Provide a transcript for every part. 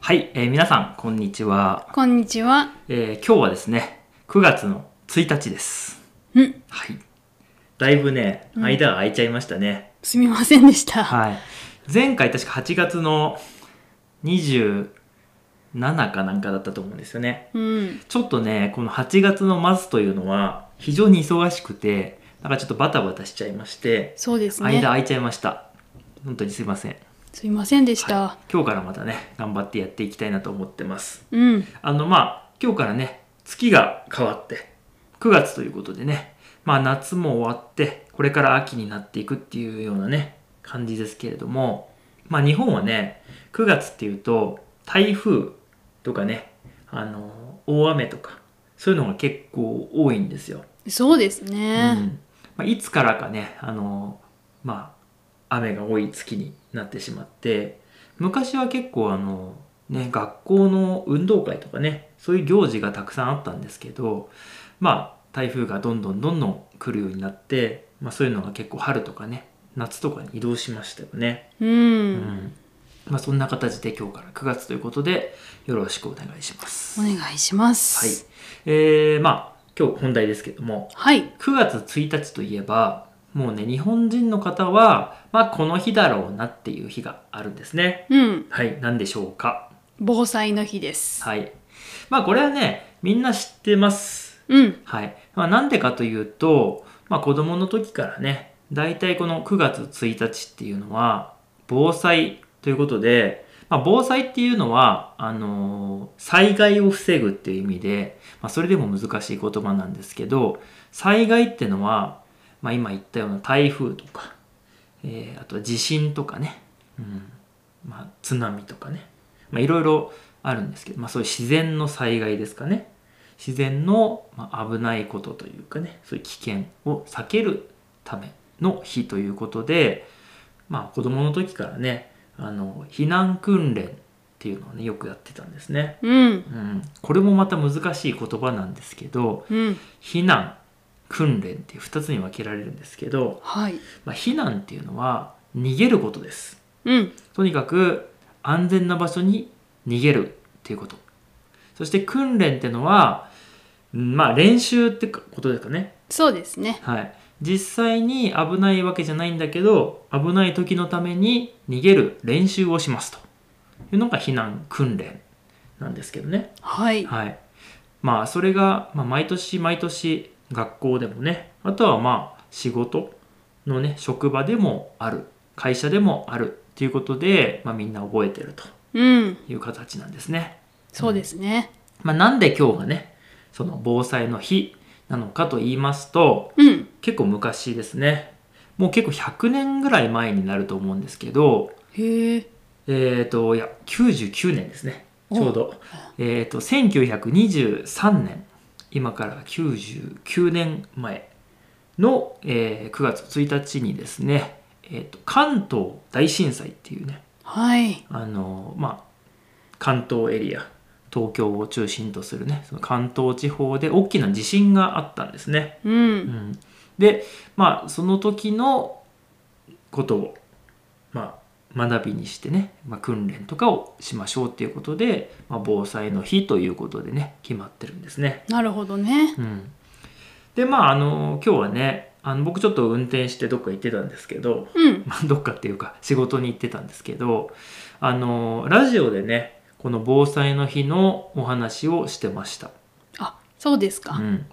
はい、えー皆さん、こんにちは、こんにちは。えー今日はですね、9月の1日です。うん、はい。だいぶね、間が空いちゃいましたね。すみませんでした。はい。前回確か8月の27かなんかだったと思うんですよね。うん、ちょっとね、この8月の末というのは、非常に忙しくて、なんかちょっとバタバタしちゃいまして、そうです間ね。空いちゃいました。本当にすいません。すみませんでした。今日からまたね、頑張ってやっていきたいなと思ってます。うん、あのまあ今日からね月が変わって9月ということでねまあ夏も終わってこれから秋になっていくっていうようなね感じですけれどもまあ日本はね9月っていうと台風とかねあの大雨とかそういうのが結構多いんですよ。そうですうね。んまあ、いつからかねあのまあ雨が多い月になってしまって昔は結構あのね学校の運動会とかねそういう行事がたくさんあったんですけどまあ台風がどんどんどんどん来るようになって、まあ、そういうのが結構春とかね夏とかに移動しましたよね。うん、うんまあ、そんな形で今日から9月ということでよろしくお願いします。お願いしまはいす。、えー、まあ今日本題ですけども、はい、 9月1日といえばもうね日本人の方は、まあ、この日だろうなっていう日があるんですねうん、はい何でしょうか防災の日です。はいまあこれはねみんな知ってますうん、はい、まあ、なんでかというと、まあ、子供の時からね大体この9月1日っていうのは防災ということで、まあ、防災っていうのはあのー災害を防ぐっていう意味で、まあ、それでも難しい言葉なんですけど災害ってのは、まあ、今言ったような台風とか、えーあとは地震とかね、うんまあ、津波とかね、まあ、いろいろあるんですけど、まあ、そういう自然の災害ですかね自然の、まあ、危ないことというかねそういう危険を避けるための日ということで、まあ、子供の時からねあの避難訓練っていうのをねよくやってたんですね、うん、うん、これもまた難しい言葉なんですけどうん、避難訓練っていう2つに分けられるんですけど、はい、まあ、避難っていうのは逃げることですうん、とにかく安全な場所に逃げるっていうことそして訓練ってのはうんまあ練習ってことですかねそうですね。はい実際に危ないわけじゃないんだけど危ない時のために逃げる練習をしますというのが避難訓練なんですけどねはい、はい、まあそれが、まあ、毎年毎年学校でもねあとはまあ仕事のね職場でもある会社でもあるということで、まあ、みんな覚えてるとうん、いう形なんですね。そうですね。まあ、なんで今日がねその防災の日なのかと言いますとうん、結構昔ですねもう結構100年ぐらい前になると思うんですけどへえ、えっ、といや99年ですねちょうどえっ、と1923年今から99年前の、えー9月1日にですね、えー、と関東大震災っていうねはい、あのまあ関東エリア東京を中心とするねその関東地方で大きな地震があったんですね。う、うんん、でまあその時のことを、まあ、学びにしてね、まあ、訓練とかをしましょうっていうことで、まあ、防災の日ということでね決まってるんですね。なるほどね。うん、でまああの今日はねあの僕ちょっと運転してどっか行ってたんですけど、うん、まあ、どっかっていうか仕事に行ってたんですけどあのラジオでねこの防災の日のお話をしてました。あ、そうですか。うん、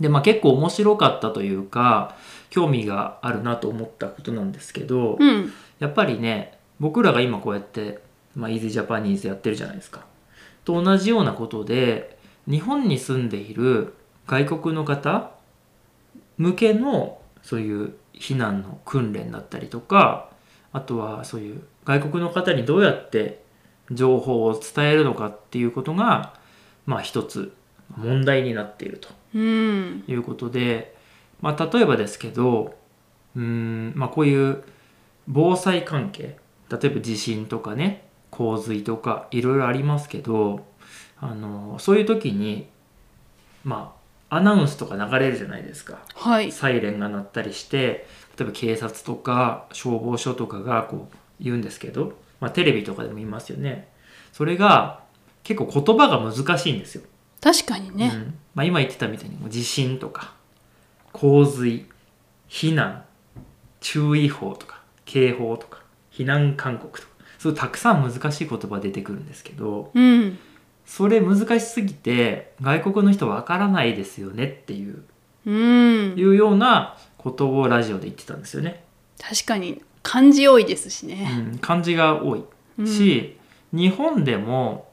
でまあ結構面白かったというか興味があるなと思ったことなんですけど、うん、やっぱりね僕らが今こうやって、まあ、イージージャパニーズやってるじゃないですか。と同じようなことで日本に住んでいる外国の方向けのそういう避難の訓練だったりとかあとはそういう外国の方にどうやって情報を伝えるのかっていうことがまあ一つ問題になっているとうん、ということで、まあ、例えばですけどうーん、まあ、こういう防災関係例えば地震とかね洪水とかいろいろありますけどあのそういう時にまあアナウンスとか流れるじゃないですかはい、サイレンが鳴ったりして例えば警察とか消防署とかがこう言うんですけど、まあ、テレビとかでも言いますよねそれが結構言葉が難しいんですよ。確かにうね。んまあ、今言ってたみたいに地震とか洪水避難注意報とか警報とか避難勧告とかそういうたくさん難しい言葉出てくるんですけどうん。それ難しすぎて外国の人わからないですよねっていううん。いうようなことをラジオで言ってたんですよね。確かに漢字多いですしね。うん、漢字が多いうん、し、日本でも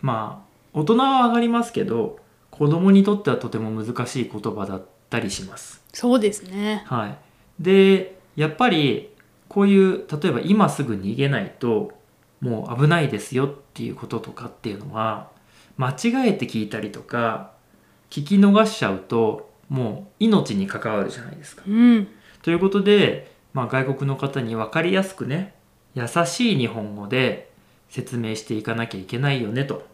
まあ大人は上がりますけど子供にとってはとても難しい言葉だったりします。そうですね。はい、でやっぱりこういう例えば今すぐ逃げないともう危ないですよっていうこととかっていうのは間違えて聞いたりとか聞き逃しちゃうともう命に関わるじゃないですか。うん。ということで、まあ、外国の方に分かりやすくね優しい日本語で説明していかなきゃいけないよねと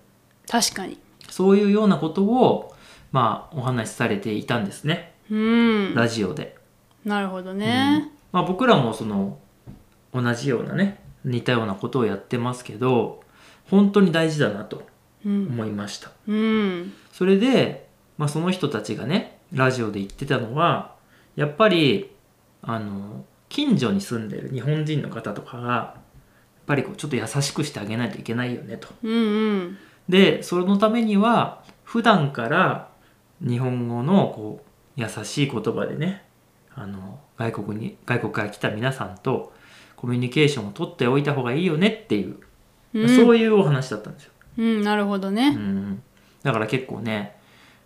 確かに。そういうようなことを、まあ、お話しされていたんですねうん。ラジオで。なるほどね。まあ、僕らもその同じようなね似たようなことをやってますけど本当に大事だなとうん。思いました。うん。それで、まあ、その人たちがねラジオで言ってたのはやっぱりあの近所に住んでる日本人の方とかがやっぱりこうちょっと優しくしてあげないといけないよねと。うん。うん。でそのためには普段から日本語のこう優しい言葉でねあの外国に外国から来た皆さんとコミュニケーションを取っておいた方がいいよねっていう、うん。そういうお話だったんですよ。うん。なるほどうね。ん、だから結構ね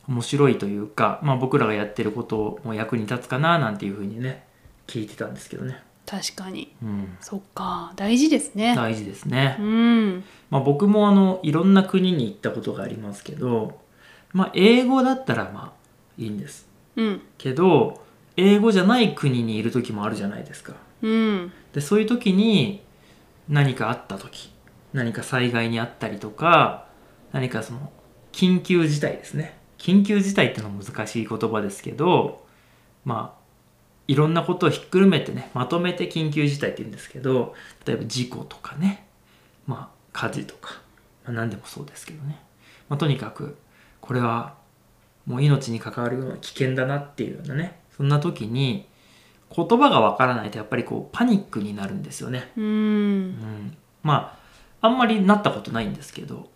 面白いというか、まあ、僕らがやってることも役に立つかななんていうふうにね聞いてたんですけどね、確かに。うん、そっか。大事ですね。大事ですねう、ん。まあ、僕もあのいろんな国に行ったことがありますけど、まあ、英語だったらまあいいんですうん。けど英語じゃない国にいる時もあるじゃないですかうん。でそういう時に何かあった時何か災害にあったりとか何かその緊急事態ですね緊急事態ってのは難しい言葉ですけどまあいろんなことをひっくるめてねまとめて緊急事態って言うんですけど例えば事故とかねまあ火事とか、まあ、何でもそうですけどね、まあ、とにかくこれはもう命に関わるような危険だなっていうようなねそんな時に言葉がわからないとやっぱりこうパニックになるんですよね。う。うんん、まああんまりなったことないんですけど、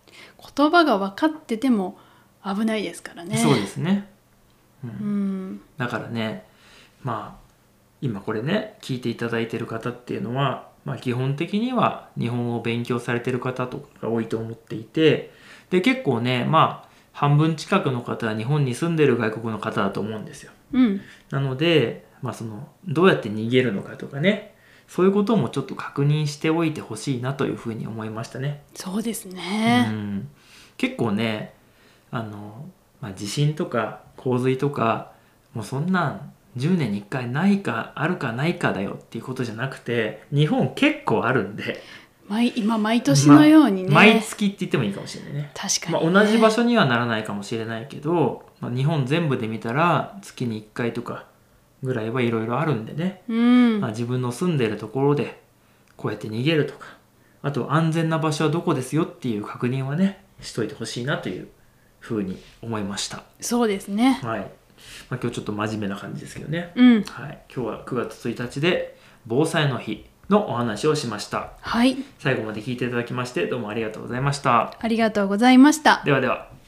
言葉が分かってても危ないですからね。そうですね、うんうん。だからねまあ今これね聞いていただいてる方っていうのは、まあ、基本的には日本語を勉強されてる方とかが多いと思っていてで結構ねまあ半分近くの方は日本に住んでる外国の方だと思うんですよ。うん。なので、まあ、そのどうやって逃げるのかとかねそういうこともちょっと確認しておいてほしいなというふうに思いましたね。そうですうね。ん、結構ねあの、まあ、地震とか洪水とかもうそんなん10年に1回ないかあるかないかだよっていうことじゃなくて日本結構あるんで、毎今毎年のようにね。毎月って言ってもいいかもしれないね。確かまあ、に、ね同じ場所にはならないかもしれないけど、まあ、日本全部で見たら月に1回とかぐらいはいろいろあるんでね、うん、まあ、自分の住んでるところでこうやって逃げるとかあと安全な場所はどこですよっていう確認はねしといてほしいなというふうに思いました、そうですねはいまあ、今日ちょっと真面目な感じですけどね、うんはい、今日は9月1日で防災の日のお話をしましたはい最後まで聞いていただきましてどうもありがとうございましたありがとうございましたではでは